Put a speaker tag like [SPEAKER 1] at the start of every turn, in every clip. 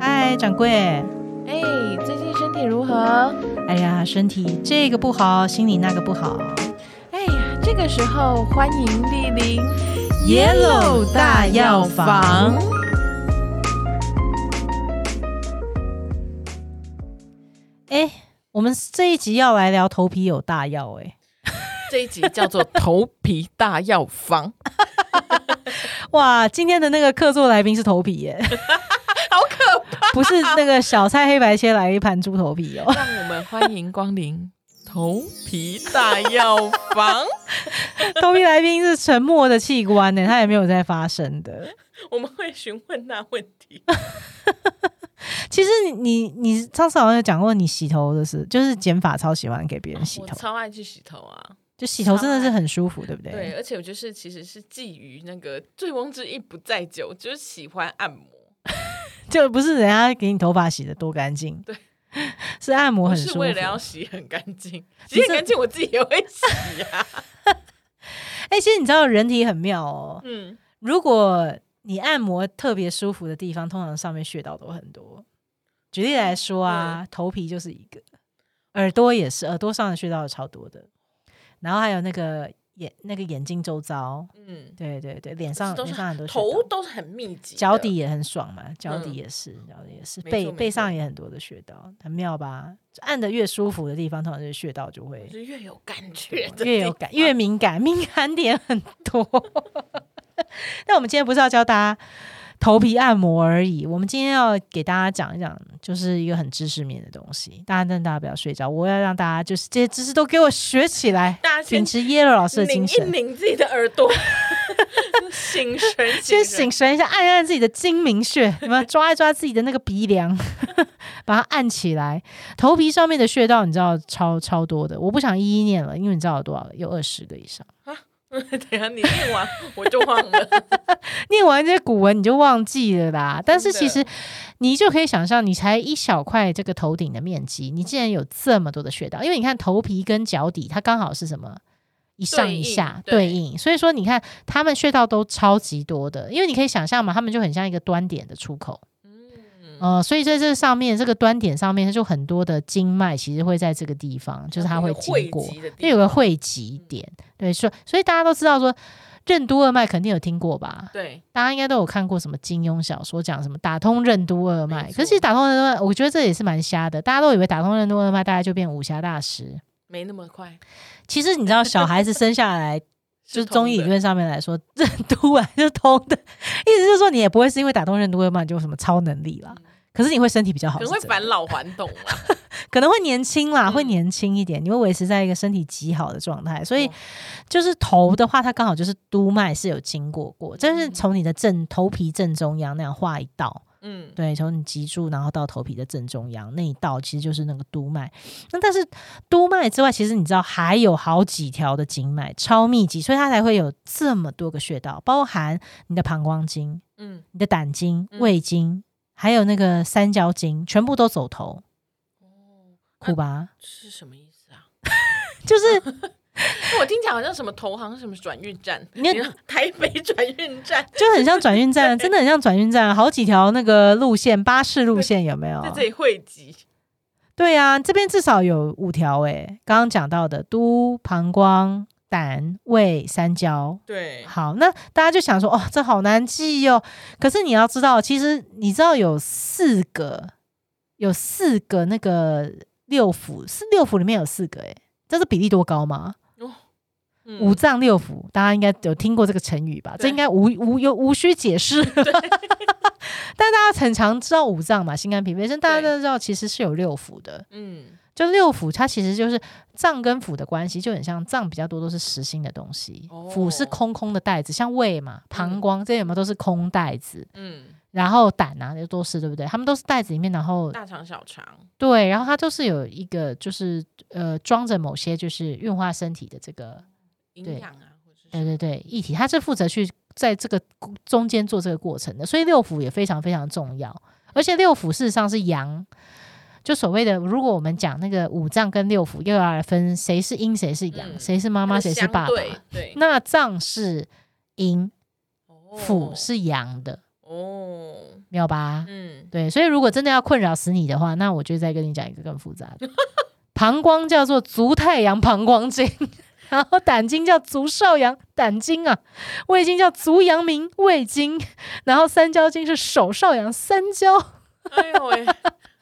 [SPEAKER 1] 嗨，掌柜。
[SPEAKER 2] 哎，最近身体如何？
[SPEAKER 1] 哎呀，身体这个不好，心里那个不好。
[SPEAKER 2] 哎呀，这个时候欢迎莅临
[SPEAKER 1] Yellow 大药房。哎，我们这一集要来聊头皮有大药、哎，
[SPEAKER 2] 这一集叫做《头皮大药房》，
[SPEAKER 1] 哇，今天的那个客座来宾是头皮耶、
[SPEAKER 2] 好可
[SPEAKER 1] 不是那个小菜黑白切来一盘猪头皮哦、
[SPEAKER 2] 怕！让我们欢迎光临头皮大药房。
[SPEAKER 1] 头皮来宾是沉默的器官呢、他也没有在发声的。
[SPEAKER 2] 我们会询问那问题。
[SPEAKER 1] 其实你你你上次好像有讲过，你洗头的事，就是剪发超喜欢给别人洗
[SPEAKER 2] 我
[SPEAKER 1] 头，
[SPEAKER 2] 超爱去洗头啊！
[SPEAKER 1] 就洗头真的是很舒服，对不对？
[SPEAKER 2] 对，而且我就是其实是觊觎那个醉翁之意不在酒，就是喜欢按摩。
[SPEAKER 1] 就不是人家给你头发洗的多干净，
[SPEAKER 2] 对，
[SPEAKER 1] 是按摩
[SPEAKER 2] 不
[SPEAKER 1] 很舒
[SPEAKER 2] 是
[SPEAKER 1] 服。
[SPEAKER 2] 为了要洗很干净，洗很干净我自己也会洗啊 呀、
[SPEAKER 1] 哎、其实你知道人体很妙哦，
[SPEAKER 2] 嗯，
[SPEAKER 1] 如果你按摩特别舒服的地方，通常上面穴道都很多。举例来说啊，头皮就是一个，耳朵也是，耳朵上的穴道有超多的，然后还有那个眼那个眼睛周遭，
[SPEAKER 2] 嗯，
[SPEAKER 1] 对对对，脸上
[SPEAKER 2] 都是
[SPEAKER 1] 脸上很多穴道
[SPEAKER 2] 头都是很密集的，
[SPEAKER 1] 脚底也很爽嘛，脚底
[SPEAKER 2] 嗯
[SPEAKER 1] 也是，脚底也是，
[SPEAKER 2] 没错
[SPEAKER 1] 背
[SPEAKER 2] 没
[SPEAKER 1] 背上
[SPEAKER 2] 错
[SPEAKER 1] 也很多的穴道，很妙吧？就按的越舒服的地方，通常就是穴道就会
[SPEAKER 2] 就是 越有感觉的，
[SPEAKER 1] 越有感，越敏感，敏感点很多。 那我们今天不是要教大家头皮按摩而已，我们今天要给大家讲一讲，就是一个很知识面的东西。大家但大家不要睡着，我要让大家就是这些知识都给我学起来，
[SPEAKER 2] 大家
[SPEAKER 1] 秉
[SPEAKER 2] 先
[SPEAKER 1] 持 Yellow 老师的
[SPEAKER 2] 拧
[SPEAKER 1] 精神
[SPEAKER 2] 一。拧自己的耳 朵，醒神，
[SPEAKER 1] 先
[SPEAKER 2] 神
[SPEAKER 1] 醒。神一下，按一按自己的睛明穴，有没有抓一抓自己的那个鼻梁， 把它按起来。头皮上面的穴道，你知道超超多的，我不想一一念了，因为你知道有多少个，有二十个以上。
[SPEAKER 2] 等一下你念完我就忘 了，
[SPEAKER 1] 念完这些古文你就忘记了啦。但是
[SPEAKER 2] 真的
[SPEAKER 1] 其实你就可以想象，你才一小块这个头顶的面积，你竟然有这么多的穴道，因为你看头皮跟脚底，它刚好是什么？一上一下
[SPEAKER 2] 对
[SPEAKER 1] 对
[SPEAKER 2] 应对
[SPEAKER 1] 应，所以说你看他们穴道都超级多的，因为你可以想象嘛，他们就很像一个端点的出口，
[SPEAKER 2] 嗯
[SPEAKER 1] 呃，所以在这上面这个端点上面，它就很多的经脉其实会在这个地方，就是它会经过，就
[SPEAKER 2] 对
[SPEAKER 1] 有个汇集点，对，所以所以大家都知道说任督二脉肯定有听过吧？
[SPEAKER 2] 对，
[SPEAKER 1] 大家应该都有看过什么金庸小说讲什么打通任督二脉，
[SPEAKER 2] 没错
[SPEAKER 1] 可是其实打通任督二脉，我觉得这也是蛮瞎的。大家都以为打通任督二脉，大家就变武侠大师。
[SPEAKER 2] 没那么快，
[SPEAKER 1] 其实你知道，小孩子生下 来就是中医理
[SPEAKER 2] 通的
[SPEAKER 1] 论上面来说，任督啊就是通的，意思就是说你也不会是因为打通任督二脉就有什么超能力啦。可是你会身体比较好
[SPEAKER 2] 嗯可
[SPEAKER 1] 是
[SPEAKER 2] 能
[SPEAKER 1] 真的，
[SPEAKER 2] 会返老还童啊，
[SPEAKER 1] 可能会年轻啦，
[SPEAKER 2] 嗯
[SPEAKER 1] 会年轻一点，你会维持在一个身体极好的状态。所以
[SPEAKER 2] 哇
[SPEAKER 1] 就是头的话，它刚好就是督脉是有经过过，
[SPEAKER 2] 嗯
[SPEAKER 1] 就是从你的正头皮正中央那样画一道，
[SPEAKER 2] 嗯，
[SPEAKER 1] 对，从你脊柱然后到头皮的正中央那一道，其实就是那个督脉。那但是督脉之外，其实你知道还有好几条的经脉，超密集，所以它才会有这么多个穴道，包含你的膀胱经、
[SPEAKER 2] 嗯，
[SPEAKER 1] 你的胆经、
[SPEAKER 2] 嗯
[SPEAKER 1] 胃经，还有那个三焦经，全部都走头，
[SPEAKER 2] 哦，
[SPEAKER 1] 酷吧？
[SPEAKER 2] 是什么意思啊？
[SPEAKER 1] 就是
[SPEAKER 2] 我听起来好像什么投行什么转运站，
[SPEAKER 1] 你看
[SPEAKER 2] 你看台北转 运站
[SPEAKER 1] 就很像转运站，真的很像转运站，好几条那个路线，巴士路线有 没有？
[SPEAKER 2] 在这里汇集，
[SPEAKER 1] 对啊，这边至少有五条诶、刚刚讲到的都、膀胱、胆、胃、三焦。
[SPEAKER 2] 对，
[SPEAKER 1] 好，那大家就想说，哦，这好难记哦。可是你要知道，其实你知道有四个，有四个那个六腑，是六腑里面有四个诶、这是比例多高吗？
[SPEAKER 2] 嗯
[SPEAKER 1] 五脏六腑，大家应该有听过这个成语吧？
[SPEAKER 2] 对
[SPEAKER 1] 这应该无无有无需解 释。但 大家很常知道五脏嘛，心肝脾肺肾，大家
[SPEAKER 2] 对
[SPEAKER 1] 都知道其实是有六腑的。
[SPEAKER 2] 嗯
[SPEAKER 1] 就六腑，它其实就是脏跟腑的关系，就很像脏比较多都是实心的东西，
[SPEAKER 2] 哦
[SPEAKER 1] 腑是空空的袋子，像胃嘛、膀胱这些有没有都是空袋子，
[SPEAKER 2] 嗯，
[SPEAKER 1] 然后胆啊这都是对不对？它们都是袋子里面，然后
[SPEAKER 2] 大肠小肠，
[SPEAKER 1] 对，然后它都是有一个就是呃装着某些就是运化身体的这个
[SPEAKER 2] 营养啊，或者是
[SPEAKER 1] 对对对液体，它是负责去在这个中间做这个过程的，所以六腑也非常非常重要。而且六腑事实上是阳，就所谓的，如果我们讲那个五脏跟六腑，又要来分谁是阴谁是阳，
[SPEAKER 2] 嗯
[SPEAKER 1] 谁是妈妈谁是爸爸。
[SPEAKER 2] 对对，
[SPEAKER 1] 那脏是阴，
[SPEAKER 2] 哦
[SPEAKER 1] 腑是阳的。
[SPEAKER 2] 哦，
[SPEAKER 1] 妙吧？
[SPEAKER 2] 嗯，
[SPEAKER 1] 对，所以如果真的要困扰死你的话，那我就再跟你讲一个更复杂的。膀胱叫做足太阳膀胱经，然后胆经叫足少阳胆经啊，胃经叫足阳明胃经，然后三焦经是手少阳三焦。
[SPEAKER 2] 哎呦喂，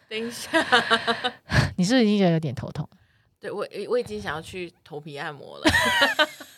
[SPEAKER 2] 等一下，
[SPEAKER 1] 你是不是已经觉得有点头痛？
[SPEAKER 2] 对我我已经想要去头皮按摩了，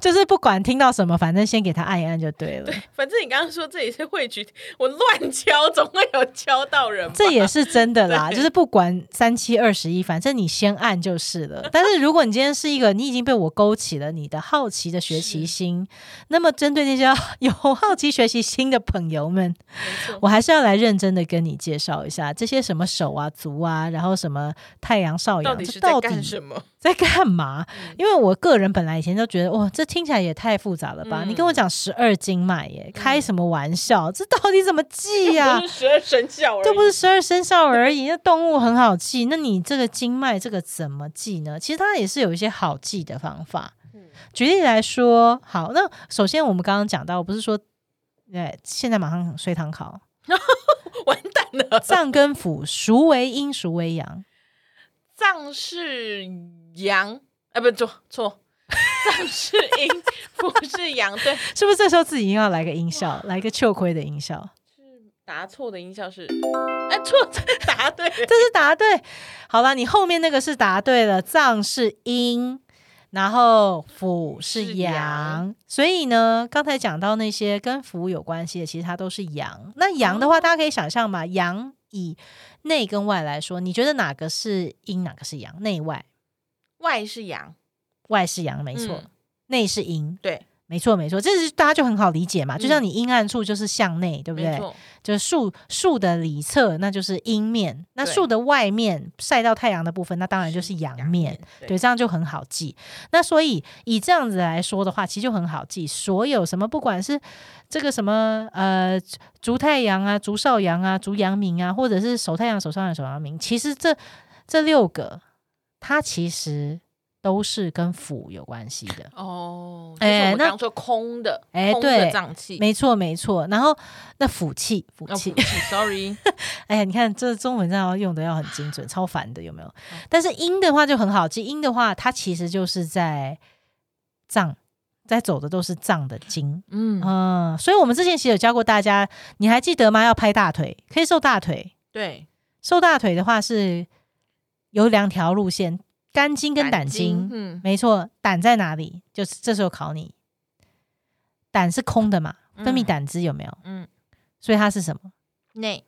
[SPEAKER 1] 就是不管听到什么，反正先给他按一按就对了。
[SPEAKER 2] 反正你刚刚说这里是汇局，我乱敲总会有敲到人吧。
[SPEAKER 1] 这也是真的啦，
[SPEAKER 2] 对
[SPEAKER 1] 就是不管三七二十一，反正你先按就是了。但是如果你今天是一个，你已经被我勾起了你的好奇的学习心，那么针对那些 有好奇学习心的朋友们，
[SPEAKER 2] 没错，
[SPEAKER 1] 我还是要来认真的跟你介绍一下这些什么手啊、足啊，然后什么太阳少
[SPEAKER 2] 到
[SPEAKER 1] 阳，
[SPEAKER 2] 底
[SPEAKER 1] 这
[SPEAKER 2] 是在
[SPEAKER 1] 到
[SPEAKER 2] 干
[SPEAKER 1] 底
[SPEAKER 2] 什么？ 嗯
[SPEAKER 1] 在干嘛？因为我个人本来以前就觉得，哇，这听起来也太复杂了吧？
[SPEAKER 2] 嗯
[SPEAKER 1] 你跟我讲十二经脉耶，开什么玩笑？这到底怎么记呀、
[SPEAKER 2] 不是十二生肖而已，
[SPEAKER 1] 这不是十二生肖而已，那 动物很好记，那你这个经脉这个怎么记呢？其实它也是有一些好记的方法。
[SPEAKER 2] 嗯
[SPEAKER 1] 举例来说，好，那首先我们刚刚讲到，不是说，哎，现在马上随堂 考，
[SPEAKER 2] 完蛋 了。
[SPEAKER 1] 脏跟腑，孰为阴，孰为阳？
[SPEAKER 2] 藏是阳，哎，不错错， 藏是阴，不是阳，对，
[SPEAKER 1] 是不是这时候自己又要来个音效，来个秋葵的音效？
[SPEAKER 2] 答错的音效是，哎，错， 答对了，
[SPEAKER 1] 这是 答对。好了，你后面那个是答对了，藏是阴，然后腑是
[SPEAKER 2] 是
[SPEAKER 1] 阳，
[SPEAKER 2] 阳
[SPEAKER 1] 所以呢，刚才讲到那些跟腑有关系的，其实它都是阳。那阳
[SPEAKER 2] 嗯
[SPEAKER 1] 的话，大家可以想象嘛，阳以内跟外来说，你觉得哪个是阴，哪个是阳？内外，
[SPEAKER 2] 外是阳，
[SPEAKER 1] 外是阳，没错，
[SPEAKER 2] 嗯
[SPEAKER 1] 内是阴。
[SPEAKER 2] 对，
[SPEAKER 1] 没错，没错，这是大家就很好理解嘛。就像
[SPEAKER 2] 嗯
[SPEAKER 1] 你阴暗处就是向内，对不对
[SPEAKER 2] 没？错，
[SPEAKER 1] 就是树树的里侧，那就是阴面；那
[SPEAKER 2] 对
[SPEAKER 1] 树的外面晒到太阳的部分，那当然就是阳面。，对，
[SPEAKER 2] 对，
[SPEAKER 1] 这样就很好记。那所以以这样子来说的话，其实就很好记。所有什么，不管是这个什么呃，足太阳啊、足少阳啊、足阳明啊，或者是手太阳、手少阳、手阳明，其实这这六个，它其实都是跟腑有关系的。
[SPEAKER 2] 哦，就是
[SPEAKER 1] 哎
[SPEAKER 2] 我们
[SPEAKER 1] 那
[SPEAKER 2] 刚刚说空的，
[SPEAKER 1] 哎
[SPEAKER 2] 空
[SPEAKER 1] 对
[SPEAKER 2] 的脏器，
[SPEAKER 1] 没错，没错。然后那腑气，腑
[SPEAKER 2] 哦，
[SPEAKER 1] 气
[SPEAKER 2] 不，是，sorry，
[SPEAKER 1] 哎呀，你看这中文真的要用的要很精 准，超烦的，有没有？但是音的话就很好记，音的话它其实就是在藏，在走的都是藏的经。
[SPEAKER 2] 嗯，
[SPEAKER 1] 嗯，所以我们之前其实有教过大家，你还记得吗？要拍大腿，可以瘦大腿。
[SPEAKER 2] 对，
[SPEAKER 1] 瘦大腿的话是有两条路线，肝经跟胆经。
[SPEAKER 2] 嗯，
[SPEAKER 1] 没错，胆在哪里？就是这时候考你，胆是空的嘛，分泌
[SPEAKER 2] 嗯
[SPEAKER 1] 胆汁有没有？
[SPEAKER 2] 嗯，
[SPEAKER 1] 所以它是什么？
[SPEAKER 2] 内，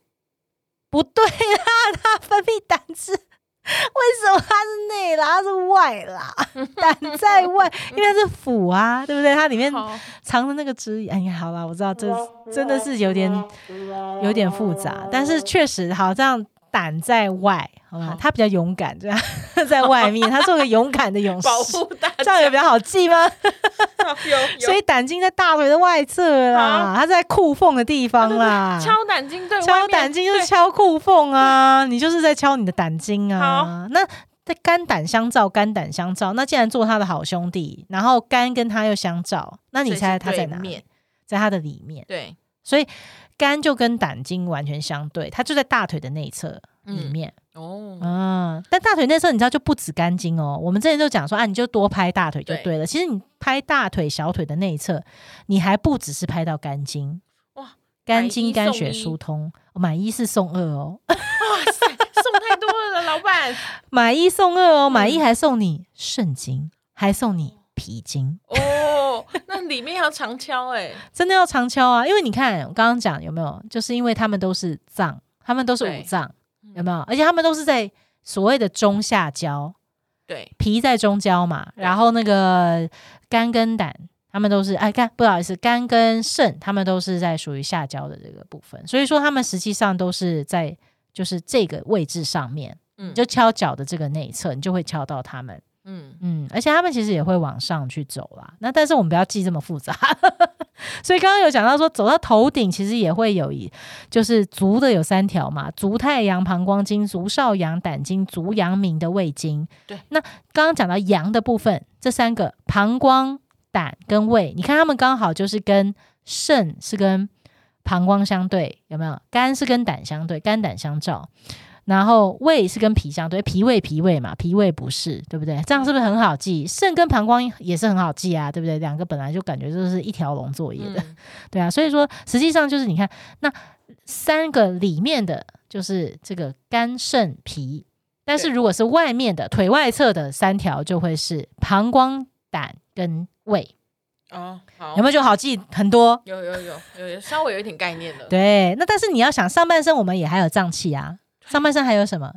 [SPEAKER 1] 不对啦，它分泌胆汁， 为什么它是内啦？它是外啦， 胆在 外，因为它是腑啊，对不对？它里面
[SPEAKER 2] 好，
[SPEAKER 1] 藏的那个汁液，哎呀，好啦，我知道这真的是有点有点复杂，但是确实好这样。胆在外，好吧
[SPEAKER 2] 好，
[SPEAKER 1] 他比较勇敢，这样 在外面，他做个勇敢的勇士，
[SPEAKER 2] 保护大
[SPEAKER 1] 这样
[SPEAKER 2] 家，
[SPEAKER 1] 也比较好记吗？
[SPEAKER 2] 有有
[SPEAKER 1] 所以胆经在大腿的外侧啦，它在裤缝的地方啦，
[SPEAKER 2] 敲胆经，啊对，外
[SPEAKER 1] 敲
[SPEAKER 2] 面
[SPEAKER 1] 胆经就是
[SPEAKER 2] 对
[SPEAKER 1] 敲裤缝啊， 你就是在敲你的胆经啊。那在肝胆相照，肝胆相照，那既然做他的好兄弟，然后肝跟他又相照，那你
[SPEAKER 2] 所以
[SPEAKER 1] 猜
[SPEAKER 2] 是
[SPEAKER 1] 他
[SPEAKER 2] 对
[SPEAKER 1] 在哪里
[SPEAKER 2] 面？
[SPEAKER 1] 在他的里面，
[SPEAKER 2] 对，
[SPEAKER 1] 所以肝就跟胆经完全相对，它就在大腿的内侧里
[SPEAKER 2] 嗯，
[SPEAKER 1] 面。
[SPEAKER 2] 哦，
[SPEAKER 1] 嗯，但大腿内侧你知道就不止肝经哦。我们之前就讲说啊，你就多拍大腿就
[SPEAKER 2] 对
[SPEAKER 1] 对了。其实你拍大腿、小腿的内侧，你还不只是拍到肝经。
[SPEAKER 2] 哇，
[SPEAKER 1] 肝
[SPEAKER 2] 买
[SPEAKER 1] 经
[SPEAKER 2] 一
[SPEAKER 1] 肝
[SPEAKER 2] 送
[SPEAKER 1] 血
[SPEAKER 2] 一
[SPEAKER 1] 疏通，哦买一是送二哦，
[SPEAKER 2] 哇塞，送太多了，老板。
[SPEAKER 1] 买一送二哦，买一
[SPEAKER 2] 嗯
[SPEAKER 1] 还送你肾经，还送你脾经，
[SPEAKER 2] 哦，那里面要长敲哎、
[SPEAKER 1] 真的要常敲啊！因为你看我刚刚讲有没有，就是因为他们都是脏，他们都是五
[SPEAKER 2] 对
[SPEAKER 1] 脏，有
[SPEAKER 2] 嗯
[SPEAKER 1] 没有？而且他们都是在所谓的中下焦，
[SPEAKER 2] 对，
[SPEAKER 1] 脾在中焦嘛，
[SPEAKER 2] 对
[SPEAKER 1] 然后那个肝跟胆，他们都是哎肝，不好意思，肝跟肾，他们都是在属于下焦的这个部分，所以说他们实际上都是在就是这个位置上面，
[SPEAKER 2] 嗯
[SPEAKER 1] 你就敲脚的这个内侧，你就会敲到他们，
[SPEAKER 2] 嗯，
[SPEAKER 1] 嗯，而且他们其实也会往上去走啦。那但是我们不要记这么复杂， 所以刚刚有讲到说走到头顶，其实也会有一就是足的有三条嘛，足太阳膀胱经、足少阳胆经、足阳明的胃经。
[SPEAKER 2] 对，
[SPEAKER 1] 那刚刚讲到阳的部分，这三个膀胱、胆跟胃，你看他们刚好就是跟肾是跟膀胱相对，有没有？肝是跟胆相对，肝胆相照。然后胃是跟脾相对，脾胃脾胃嘛，脾胃不适，对不对？这样是不是很好记？肾跟膀胱也是很好记啊，对不对？两个本来就感觉就是一条龙作业的，
[SPEAKER 2] 嗯
[SPEAKER 1] 对啊。所以说，实际上就是你看那三个里面的，就是这个肝、肾、脾，但是
[SPEAKER 2] 对
[SPEAKER 1] 如果是外面的腿外侧的三条，就会是膀胱、胆跟胃，
[SPEAKER 2] 哦，好
[SPEAKER 1] 有，没有就好记很多？
[SPEAKER 2] 有有有有有稍微有一点概念了。
[SPEAKER 1] 对，那但是你要想，上半身我们也还有脏器啊，上半身还有什么？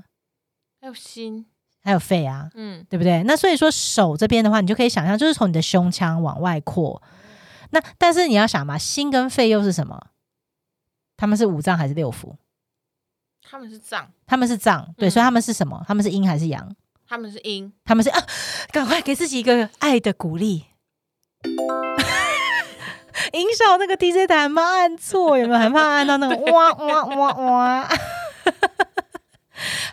[SPEAKER 2] 还有心，
[SPEAKER 1] 还有肺啊，
[SPEAKER 2] 嗯，
[SPEAKER 1] 对不对？那所以说手这边的话，你就可以想象，就是从你的胸腔往外扩。那但是你要想嘛，心跟肺又是什么？他们是五脏还是六腑？
[SPEAKER 2] 他们是脏，
[SPEAKER 1] 他们是脏，对，
[SPEAKER 2] 嗯
[SPEAKER 1] 所以他们是什么？他们是阴还是阳？
[SPEAKER 2] 他们是阴，
[SPEAKER 1] 他们是啊，赶快给自己一个爱的鼓励。 音效那个 DJ 台很怕按错，有没有？很怕按到那个哇哇哇哇。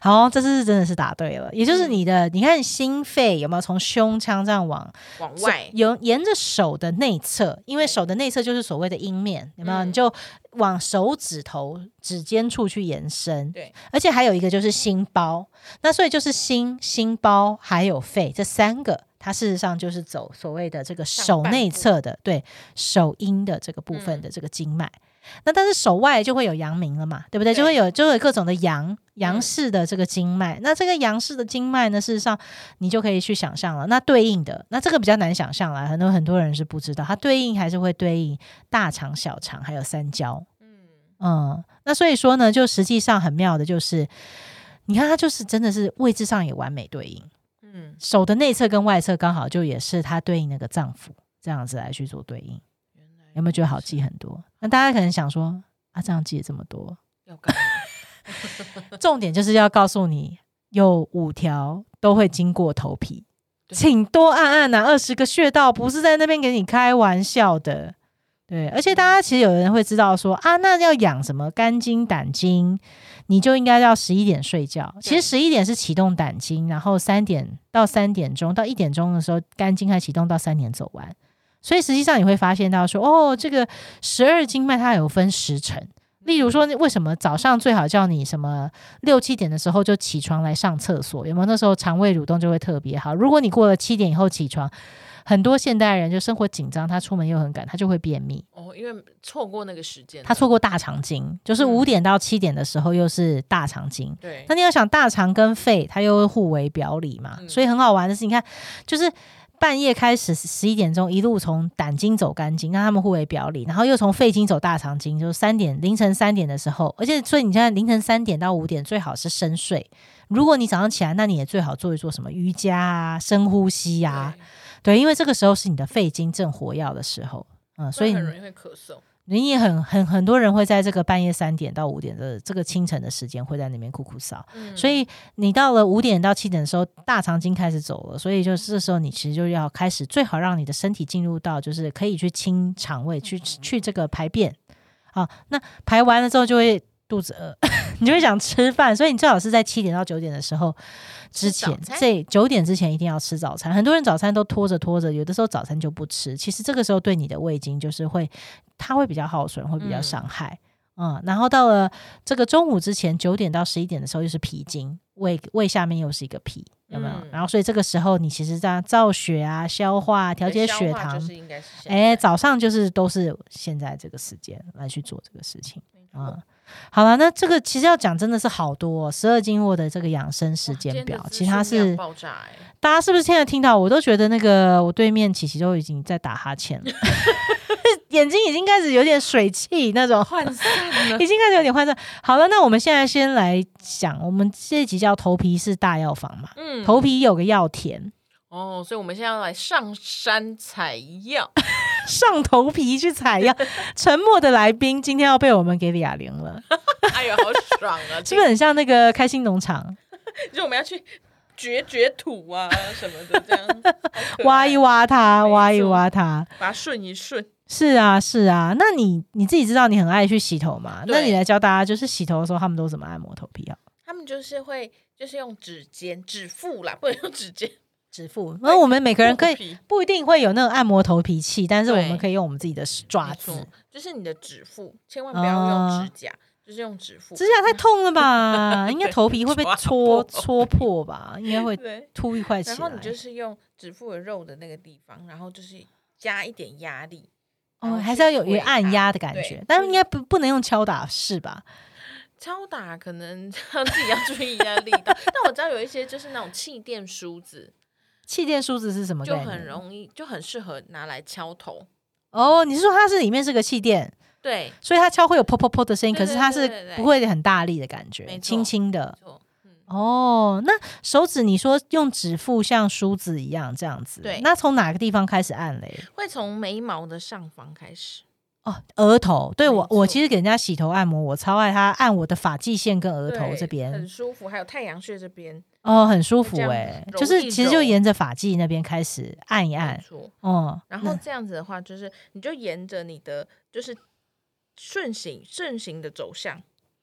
[SPEAKER 1] 好，这次真的是答对了，也就是你的，你看心肺有没有从胸腔这样往
[SPEAKER 2] 往外，
[SPEAKER 1] 沿沿着手的内侧，因为
[SPEAKER 2] 对
[SPEAKER 1] 手的内侧就是所谓的阴面，有没有？
[SPEAKER 2] 嗯
[SPEAKER 1] 你就往手指头指尖处去延伸。
[SPEAKER 2] 对，
[SPEAKER 1] 而且还有一个就是心包，那所以就是心、心包还有肺这三个，它事实上就是走所谓的这个
[SPEAKER 2] 上
[SPEAKER 1] 手
[SPEAKER 2] 半
[SPEAKER 1] 内
[SPEAKER 2] 部
[SPEAKER 1] 侧的对手阴的这个部分
[SPEAKER 2] 嗯
[SPEAKER 1] 的这个经脉。那但是手外就会有阳明了嘛，对不对？
[SPEAKER 2] 对
[SPEAKER 1] 就会有就会有各种的阳阳
[SPEAKER 2] 嗯
[SPEAKER 1] 式的这个经脉。那这个阳式的经脉呢，事实上你就可以去想象了。那对应的，那这个比较难想象啦，很多很多人是不知道，它对应还是会对应大肠、小肠还有三焦。
[SPEAKER 2] 嗯，
[SPEAKER 1] 嗯，那所以说呢，就实际上很妙的就是，你看它就是真的是位置上也完美对应，
[SPEAKER 2] 嗯，
[SPEAKER 1] 手的内侧跟外侧刚好就也是它对应那个脏腑，这样子来去做对应，
[SPEAKER 2] 原来
[SPEAKER 1] 有没有觉得好记很多？那大家可能想说啊，这样记了这么多，
[SPEAKER 2] 要干嘛？
[SPEAKER 1] 重点就是要告诉你，有五条都会经过头皮，
[SPEAKER 2] 对
[SPEAKER 1] 请多按按呐、啊，二十个穴道不是在那边给你开玩笑的。对，而且大家其实有人会知道说啊，那要养什么肝经、胆经，你就应该要十一点睡觉。其实十一点是启动胆经，然后三点到三点钟到一点钟的时候，肝经还启动到三点走完。所以实际上你会发现到说，哦，这个十二经脉它有分时辰。例如说，为什么早上最好叫你什么六七点的时候就起床来上厕所？有没有那时候肠胃蠕动就会特别好？如果你过了七点以后起床，很多现代人就生活紧张，他出门又很赶，他就会便秘。
[SPEAKER 2] 哦，因为错过那个时间了，
[SPEAKER 1] 他错过大肠经，就是
[SPEAKER 2] 嗯
[SPEAKER 1] 五点到七点的时候又是大肠经。
[SPEAKER 2] 对
[SPEAKER 1] 那，你要想大肠跟肺，它又互为表里嘛，
[SPEAKER 2] 嗯
[SPEAKER 1] 所以很好玩的是，你看，就是半夜开始十一点钟，一路从胆经走肝经，那他们互为表里，然后又从肺经走大肠经，就是三点凌晨三点的时候，而且所以你现在凌晨三点到五点最好是深睡。如果你早上起来，那你也最好做一做什么瑜伽啊、深呼吸啊，
[SPEAKER 2] 对
[SPEAKER 1] 对，因为这个时候是你的肺经正活跃的时候，嗯，所以
[SPEAKER 2] 不然
[SPEAKER 1] 你
[SPEAKER 2] 很容易会咳嗽。
[SPEAKER 1] 你也很很很多人会在这个半夜三点到五点的这个清晨的时间会在那边哭哭扫。
[SPEAKER 2] 嗯
[SPEAKER 1] 所以你到了五点到七点的时候，大肠经开始走了，所以就是这时候你其实就要开始，最好让你的身体进入到就是可以去清肠胃，去
[SPEAKER 2] 嗯
[SPEAKER 1] 去这个排便。好，那排完了之后就会 肚子饿，你就会想吃饭，所以你最好是在七点到九点的时候之
[SPEAKER 2] 吃早
[SPEAKER 1] 前，
[SPEAKER 2] 餐
[SPEAKER 1] 这九点之前一定要吃早餐。很多人早餐都拖着拖着，有的时候早餐就不吃，其实这个时候对你的胃经就是会，它会比较耗损，会比较
[SPEAKER 2] 嗯
[SPEAKER 1] 伤害。嗯，然后到了这个中午之前九点到十一点的时候，又是脾经，胃胃下面又是一个脾，有没有？
[SPEAKER 2] 嗯
[SPEAKER 1] 然后所以这个时候你其实这样造血啊、消化、啊、调节
[SPEAKER 2] 对消
[SPEAKER 1] 血
[SPEAKER 2] 化
[SPEAKER 1] 糖
[SPEAKER 2] 就，是应该是现
[SPEAKER 1] 哎、
[SPEAKER 2] 在
[SPEAKER 1] 早上就是都是现在这个时间来去做这个事情
[SPEAKER 2] 没错
[SPEAKER 1] 啊。嗯好了，那这个其实要讲真的是好多、哦、十二经络的这个养生时
[SPEAKER 2] 哇今
[SPEAKER 1] 间
[SPEAKER 2] 天的
[SPEAKER 1] 表，
[SPEAKER 2] 资
[SPEAKER 1] 其实它
[SPEAKER 2] 讯量
[SPEAKER 1] 是
[SPEAKER 2] 爆炸哎，
[SPEAKER 1] 大家是不是现在听到我都觉得那个我对面琪琪都已经在打哈欠 了，眼睛已经开始有点水汽那种，
[SPEAKER 2] 涣散了。
[SPEAKER 1] 已经开始有点换算。好了，那我们现在先来讲，我们这一集叫头皮是大药房嘛，
[SPEAKER 2] 嗯，
[SPEAKER 1] 头皮有个药 田，
[SPEAKER 2] 哦，所以我们现在要来上山采药，
[SPEAKER 1] 上头皮去采 药。沉默的来宾今天要被我们给哑铃了，
[SPEAKER 2] 哎呦，好爽啊！
[SPEAKER 1] 是不是很像那个开心农 场
[SPEAKER 2] 就我们要去掘掘土啊什么的，这样好可爱
[SPEAKER 1] 挖一，挖它，
[SPEAKER 2] 没错
[SPEAKER 1] 挖一挖它？
[SPEAKER 2] 把它顺一顺。
[SPEAKER 1] 是啊，是啊。那你你自己知道你很爱去洗头嘛？
[SPEAKER 2] 对
[SPEAKER 1] 那你来教大家，就是洗头的时候他们都怎么按摩头皮啊？
[SPEAKER 2] 他们就是会，就是用指尖、指腹啦，不能用指尖，
[SPEAKER 1] 指腹。然后我们每个人可以
[SPEAKER 2] 以
[SPEAKER 1] 不一定会有那种按摩头皮器，但是我
[SPEAKER 2] 对
[SPEAKER 1] 们可以用我们自己的爪
[SPEAKER 2] 没
[SPEAKER 1] 子
[SPEAKER 2] 错。，就是你的指腹，千万不要用指甲，就是用指腹。
[SPEAKER 1] 哦指甲太痛了吧？应该头皮 会被
[SPEAKER 2] 抓
[SPEAKER 1] 戳
[SPEAKER 2] 破
[SPEAKER 1] 戳破吧？应该会
[SPEAKER 2] 对，
[SPEAKER 1] 凸一块起来。
[SPEAKER 2] 然后你就是用指腹的肉的那个地方，然后就是加一点压力。然
[SPEAKER 1] 哦，
[SPEAKER 2] 后
[SPEAKER 1] 还
[SPEAKER 2] 去
[SPEAKER 1] 是要有有
[SPEAKER 2] 推
[SPEAKER 1] 按
[SPEAKER 2] 它
[SPEAKER 1] 压的感
[SPEAKER 2] 对
[SPEAKER 1] 觉，但是
[SPEAKER 2] 就
[SPEAKER 1] 应该不不能用敲打式吧？
[SPEAKER 2] 敲打可能 自己要注意一下力道，但我知道有一些就是那种气垫梳子，
[SPEAKER 1] 气垫梳子是什么概
[SPEAKER 2] 就
[SPEAKER 1] 念？
[SPEAKER 2] 很容易，就很适合拿来敲头。
[SPEAKER 1] 哦，你是说它是里面是个气垫，
[SPEAKER 2] 对，
[SPEAKER 1] 所以它敲会有噗噗噗的声音，
[SPEAKER 2] 对
[SPEAKER 1] 可是它
[SPEAKER 2] 对对
[SPEAKER 1] 是
[SPEAKER 2] 对对
[SPEAKER 1] 不会很大力的感觉，
[SPEAKER 2] 没错
[SPEAKER 1] 轻轻
[SPEAKER 2] 没
[SPEAKER 1] 的。
[SPEAKER 2] 错，嗯，
[SPEAKER 1] 哦，那手指你说用指腹像梳子一样这样子，
[SPEAKER 2] 对
[SPEAKER 1] 那从哪个地方开始按嘞？
[SPEAKER 2] 会从眉毛的上方开始。
[SPEAKER 1] 哦，额头，对我
[SPEAKER 2] 没错
[SPEAKER 1] 我其实给人家洗头按摩，我超爱他按我的发际线跟额头
[SPEAKER 2] 对
[SPEAKER 1] 这边
[SPEAKER 2] 很，舒服，还有太阳穴这边，
[SPEAKER 1] 哦，很舒服
[SPEAKER 2] 这样
[SPEAKER 1] 哎、
[SPEAKER 2] 揉
[SPEAKER 1] 就是
[SPEAKER 2] 一
[SPEAKER 1] 其实就
[SPEAKER 2] 揉
[SPEAKER 1] 沿着发际那边开始按一
[SPEAKER 2] 没
[SPEAKER 1] 按，
[SPEAKER 2] 错。
[SPEAKER 1] 哦、
[SPEAKER 2] 然后这样子的话，就是你就沿着你的就是顺行顺行的走向，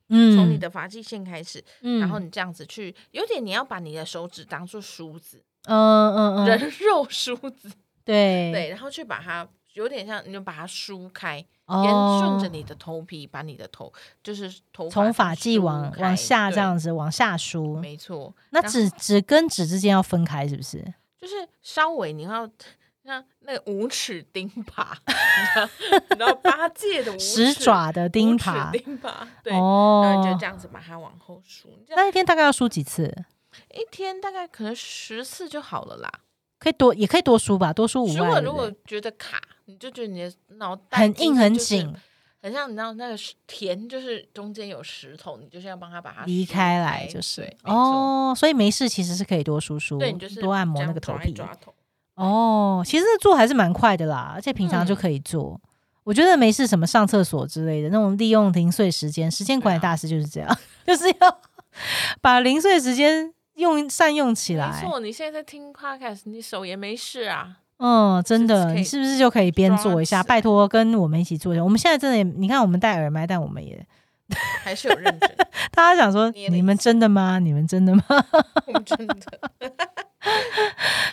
[SPEAKER 1] 嗯，
[SPEAKER 2] 从你的发际线开始，
[SPEAKER 1] 嗯，
[SPEAKER 2] 然后你这样子去，有点你要把你的手指当做梳子，
[SPEAKER 1] 嗯嗯嗯，
[SPEAKER 2] 人肉梳子，
[SPEAKER 1] 对
[SPEAKER 2] 对，然后去把它。有点像，你就把它梳开，
[SPEAKER 1] 哦，
[SPEAKER 2] 沿顺着你的头皮，把你的头就是头
[SPEAKER 1] 从
[SPEAKER 2] 发
[SPEAKER 1] 发
[SPEAKER 2] 去
[SPEAKER 1] 际
[SPEAKER 2] 梳
[SPEAKER 1] 往
[SPEAKER 2] 开
[SPEAKER 1] 往下
[SPEAKER 2] 对
[SPEAKER 1] 这样子往下梳，
[SPEAKER 2] 没错。
[SPEAKER 1] 那
[SPEAKER 2] 然后
[SPEAKER 1] 指指跟指之间要分开是不是？
[SPEAKER 2] 就是稍微你要像那个五齿钉耙， 你知道你知道八戒的五
[SPEAKER 1] 十
[SPEAKER 2] 齿
[SPEAKER 1] 爪的钉
[SPEAKER 2] 五齿
[SPEAKER 1] 耙，
[SPEAKER 2] 钉耙，对，然后你就
[SPEAKER 1] 哦
[SPEAKER 2] 这，样子把它往后梳，这样
[SPEAKER 1] 那一天大概要梳几次？
[SPEAKER 2] 一天大概可能十次就好了啦。
[SPEAKER 1] 可以多也可以多梳吧，多梳五
[SPEAKER 2] 如果
[SPEAKER 1] 万，
[SPEAKER 2] 如果觉得卡，你就觉得你的脑袋
[SPEAKER 1] 很
[SPEAKER 2] 今
[SPEAKER 1] 硬
[SPEAKER 2] 天
[SPEAKER 1] 很
[SPEAKER 2] 就是
[SPEAKER 1] 紧，，
[SPEAKER 2] 很像你知道那个石田，就是中间有石头，你就是要帮他把它
[SPEAKER 1] 离
[SPEAKER 2] 梳
[SPEAKER 1] 开来就是
[SPEAKER 2] 对没错
[SPEAKER 1] 哦，所以没事其实是可以多梳梳，
[SPEAKER 2] 对你就是
[SPEAKER 1] 多按摩
[SPEAKER 2] 这
[SPEAKER 1] 那
[SPEAKER 2] 样
[SPEAKER 1] 个头
[SPEAKER 2] 抓一
[SPEAKER 1] 皮
[SPEAKER 2] 抓头
[SPEAKER 1] 哦。其实做还是蛮快的啦，而且平常就
[SPEAKER 2] 嗯
[SPEAKER 1] 可以做。我觉得没事，什么上厕所之类的那种利用零碎时间，时间管理
[SPEAKER 2] 对啊
[SPEAKER 1] 大师就是这样， 就是要把零碎时间用善用起
[SPEAKER 2] 没
[SPEAKER 1] 来。
[SPEAKER 2] 错，你现在在听 podcast，你手也没事啊。
[SPEAKER 1] 嗯，真的，
[SPEAKER 2] 可以
[SPEAKER 1] 你是不是就可以边
[SPEAKER 2] 抓
[SPEAKER 1] 做一下？
[SPEAKER 2] 起来
[SPEAKER 1] 拜托，跟我们一起做一下。我们现在真的也，你看我们戴耳麦，但我们也，
[SPEAKER 2] 还是有认 真，
[SPEAKER 1] 大家想说，
[SPEAKER 2] 捏了一
[SPEAKER 1] 你们真的吗？你们真的吗？
[SPEAKER 2] 我们真的。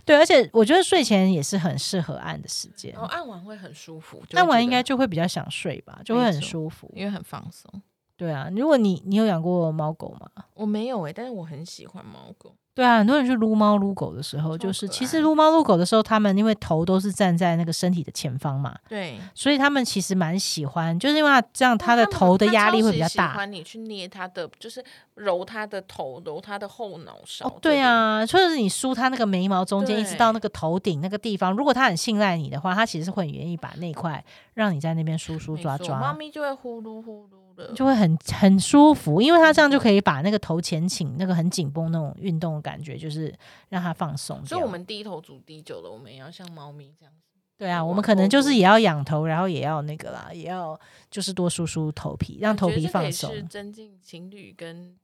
[SPEAKER 1] 对，而且我觉得睡前也是很适合按的时间
[SPEAKER 2] 然，后按完会很舒服，哦就会
[SPEAKER 1] 按完
[SPEAKER 2] 觉
[SPEAKER 1] 应
[SPEAKER 2] 得
[SPEAKER 1] 该就会比较想睡吧，就会
[SPEAKER 2] 没
[SPEAKER 1] 很
[SPEAKER 2] 错
[SPEAKER 1] 舒服。
[SPEAKER 2] 因为很放松。
[SPEAKER 1] 对啊，如果你你有养过猫狗吗？
[SPEAKER 2] 我没有
[SPEAKER 1] 欸
[SPEAKER 2] 哎、但是我很喜欢猫狗，
[SPEAKER 1] 对啊，很多人去撸猫撸狗的时候，就
[SPEAKER 2] 超
[SPEAKER 1] 是
[SPEAKER 2] 可
[SPEAKER 1] 其实
[SPEAKER 2] 爱
[SPEAKER 1] 撸猫撸狗的时候，他们因为头都是站在那个身体的前方嘛，
[SPEAKER 2] 对，
[SPEAKER 1] 所以他们其实蛮喜欢，就是因为它这样它的
[SPEAKER 2] 哦们
[SPEAKER 1] 头的
[SPEAKER 2] 它
[SPEAKER 1] 压
[SPEAKER 2] 超
[SPEAKER 1] 力会
[SPEAKER 2] 级
[SPEAKER 1] 比较
[SPEAKER 2] 喜
[SPEAKER 1] 大。
[SPEAKER 2] 欢你去捏它的，就是揉它的头，揉它的后脑勺。
[SPEAKER 1] 哦，对，啊，就是你梳它那个眉毛中间，一直到那个头顶那个地方，如果它很信赖你的话，它其实是会很愿意把那块让你在那边梳梳
[SPEAKER 2] 没
[SPEAKER 1] 抓
[SPEAKER 2] 错
[SPEAKER 1] 抓。
[SPEAKER 2] 猫咪就会呼噜呼噜的，
[SPEAKER 1] 就会很很舒服，因为它这样就可以把那个头前倾、那个很紧绷那种运动的感觉，就是让它放松掉。
[SPEAKER 2] 所以我们低头族低久了，我们也要像猫咪这样子。
[SPEAKER 1] 对啊，
[SPEAKER 2] 往
[SPEAKER 1] 我们可能
[SPEAKER 2] 后
[SPEAKER 1] 就是
[SPEAKER 2] 撸
[SPEAKER 1] 也要养头，然后也要那个啦，也要就是多梳梳头皮，让
[SPEAKER 2] 我
[SPEAKER 1] 头
[SPEAKER 2] 觉得
[SPEAKER 1] 皮
[SPEAKER 2] 这可
[SPEAKER 1] 放
[SPEAKER 2] 以
[SPEAKER 1] 松
[SPEAKER 2] 是。增进情侣跟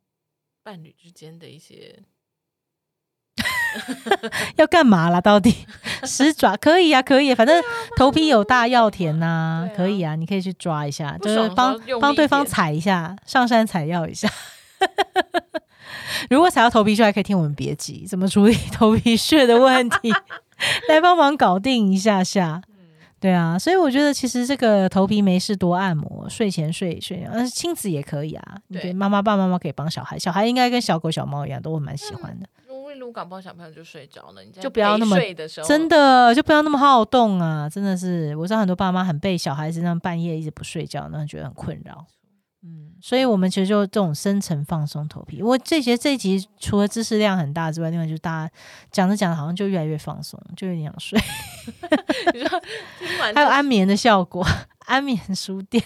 [SPEAKER 2] 伴侣之间的一些
[SPEAKER 1] 要干嘛啦？到底十爪可以啊，可以啊，反正头皮有大要甜呐、
[SPEAKER 2] 对啊
[SPEAKER 1] 可以啊，你可以去抓一下，
[SPEAKER 2] 不
[SPEAKER 1] 就
[SPEAKER 2] 爽
[SPEAKER 1] 是
[SPEAKER 2] 的时
[SPEAKER 1] 帮
[SPEAKER 2] 候用
[SPEAKER 1] 帮
[SPEAKER 2] 力
[SPEAKER 1] 对
[SPEAKER 2] 一
[SPEAKER 1] 方
[SPEAKER 2] 点
[SPEAKER 1] 踩一下，上山采药一下。 如果踩到头皮屑，还可以听我们别急，怎么处理头皮屑的问 题，来帮忙搞定一下下。
[SPEAKER 2] 嗯
[SPEAKER 1] 对啊，所以我觉得其实这个头皮没事多按摩，睡前睡睡前，但是亲子也可以啊。你
[SPEAKER 2] 对
[SPEAKER 1] 觉得妈妈、爸爸妈妈可以帮小孩，小孩应该跟小狗、小猫一样，都会蛮喜欢的。
[SPEAKER 2] 撸一撸，搞不好小朋友就睡着了。你在
[SPEAKER 1] 就不要那么
[SPEAKER 2] 陪睡的时候，
[SPEAKER 1] 真的就不要那么好动啊！真的是，我知道很多爸妈很被小孩子那样半夜一直不睡觉，那觉得很困扰。嗯，所以我们其实就这种深层放松头皮。我这节这一集除了知识量很大之外，另外就是大家讲着讲着好像就越来越放松，就有点想睡，
[SPEAKER 2] 你说听完
[SPEAKER 1] 还有
[SPEAKER 2] 就
[SPEAKER 1] 安眠的效果， 安眠书店。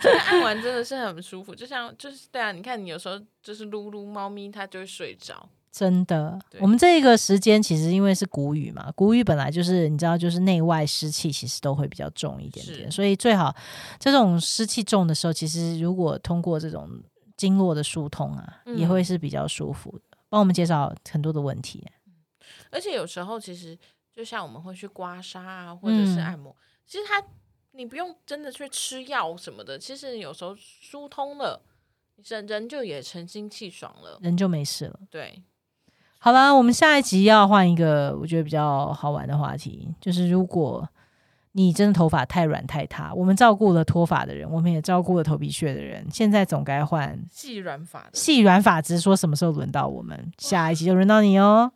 [SPEAKER 2] 这个按完真的是很舒服，就像就是对啊，你看你有时候就是撸撸猫咪，它就会睡着。
[SPEAKER 1] 真的，
[SPEAKER 2] 对
[SPEAKER 1] 我们这个时间其实因为是谷雨嘛，谷雨本来就是你知道，就是内外湿气其实都会比较重一点点，
[SPEAKER 2] 是
[SPEAKER 1] 所以最好这种湿气重的时候，其实如果通过这种经络的疏通啊，
[SPEAKER 2] 嗯
[SPEAKER 1] 也会是比较舒服的，帮我们介绍很多的问题。
[SPEAKER 2] 而且有时候其实就像我们会去刮痧啊，或者是
[SPEAKER 1] 嗯
[SPEAKER 2] 按摩，其实它你不用真的去吃药什么的，其实有时候疏通了，人人就也神清气爽了。
[SPEAKER 1] 嗯人就没事了。
[SPEAKER 2] 对，
[SPEAKER 1] 好啦，我们下一集要换一个我觉得比较好玩的话题，就是如果你真的头发太软太塌，我们照顾了脱发的人，我们也照顾了头皮屑的人，现在总该换
[SPEAKER 2] 细软发的。
[SPEAKER 1] 细软发质，说什么时候轮到我们？下一集就轮到你哦。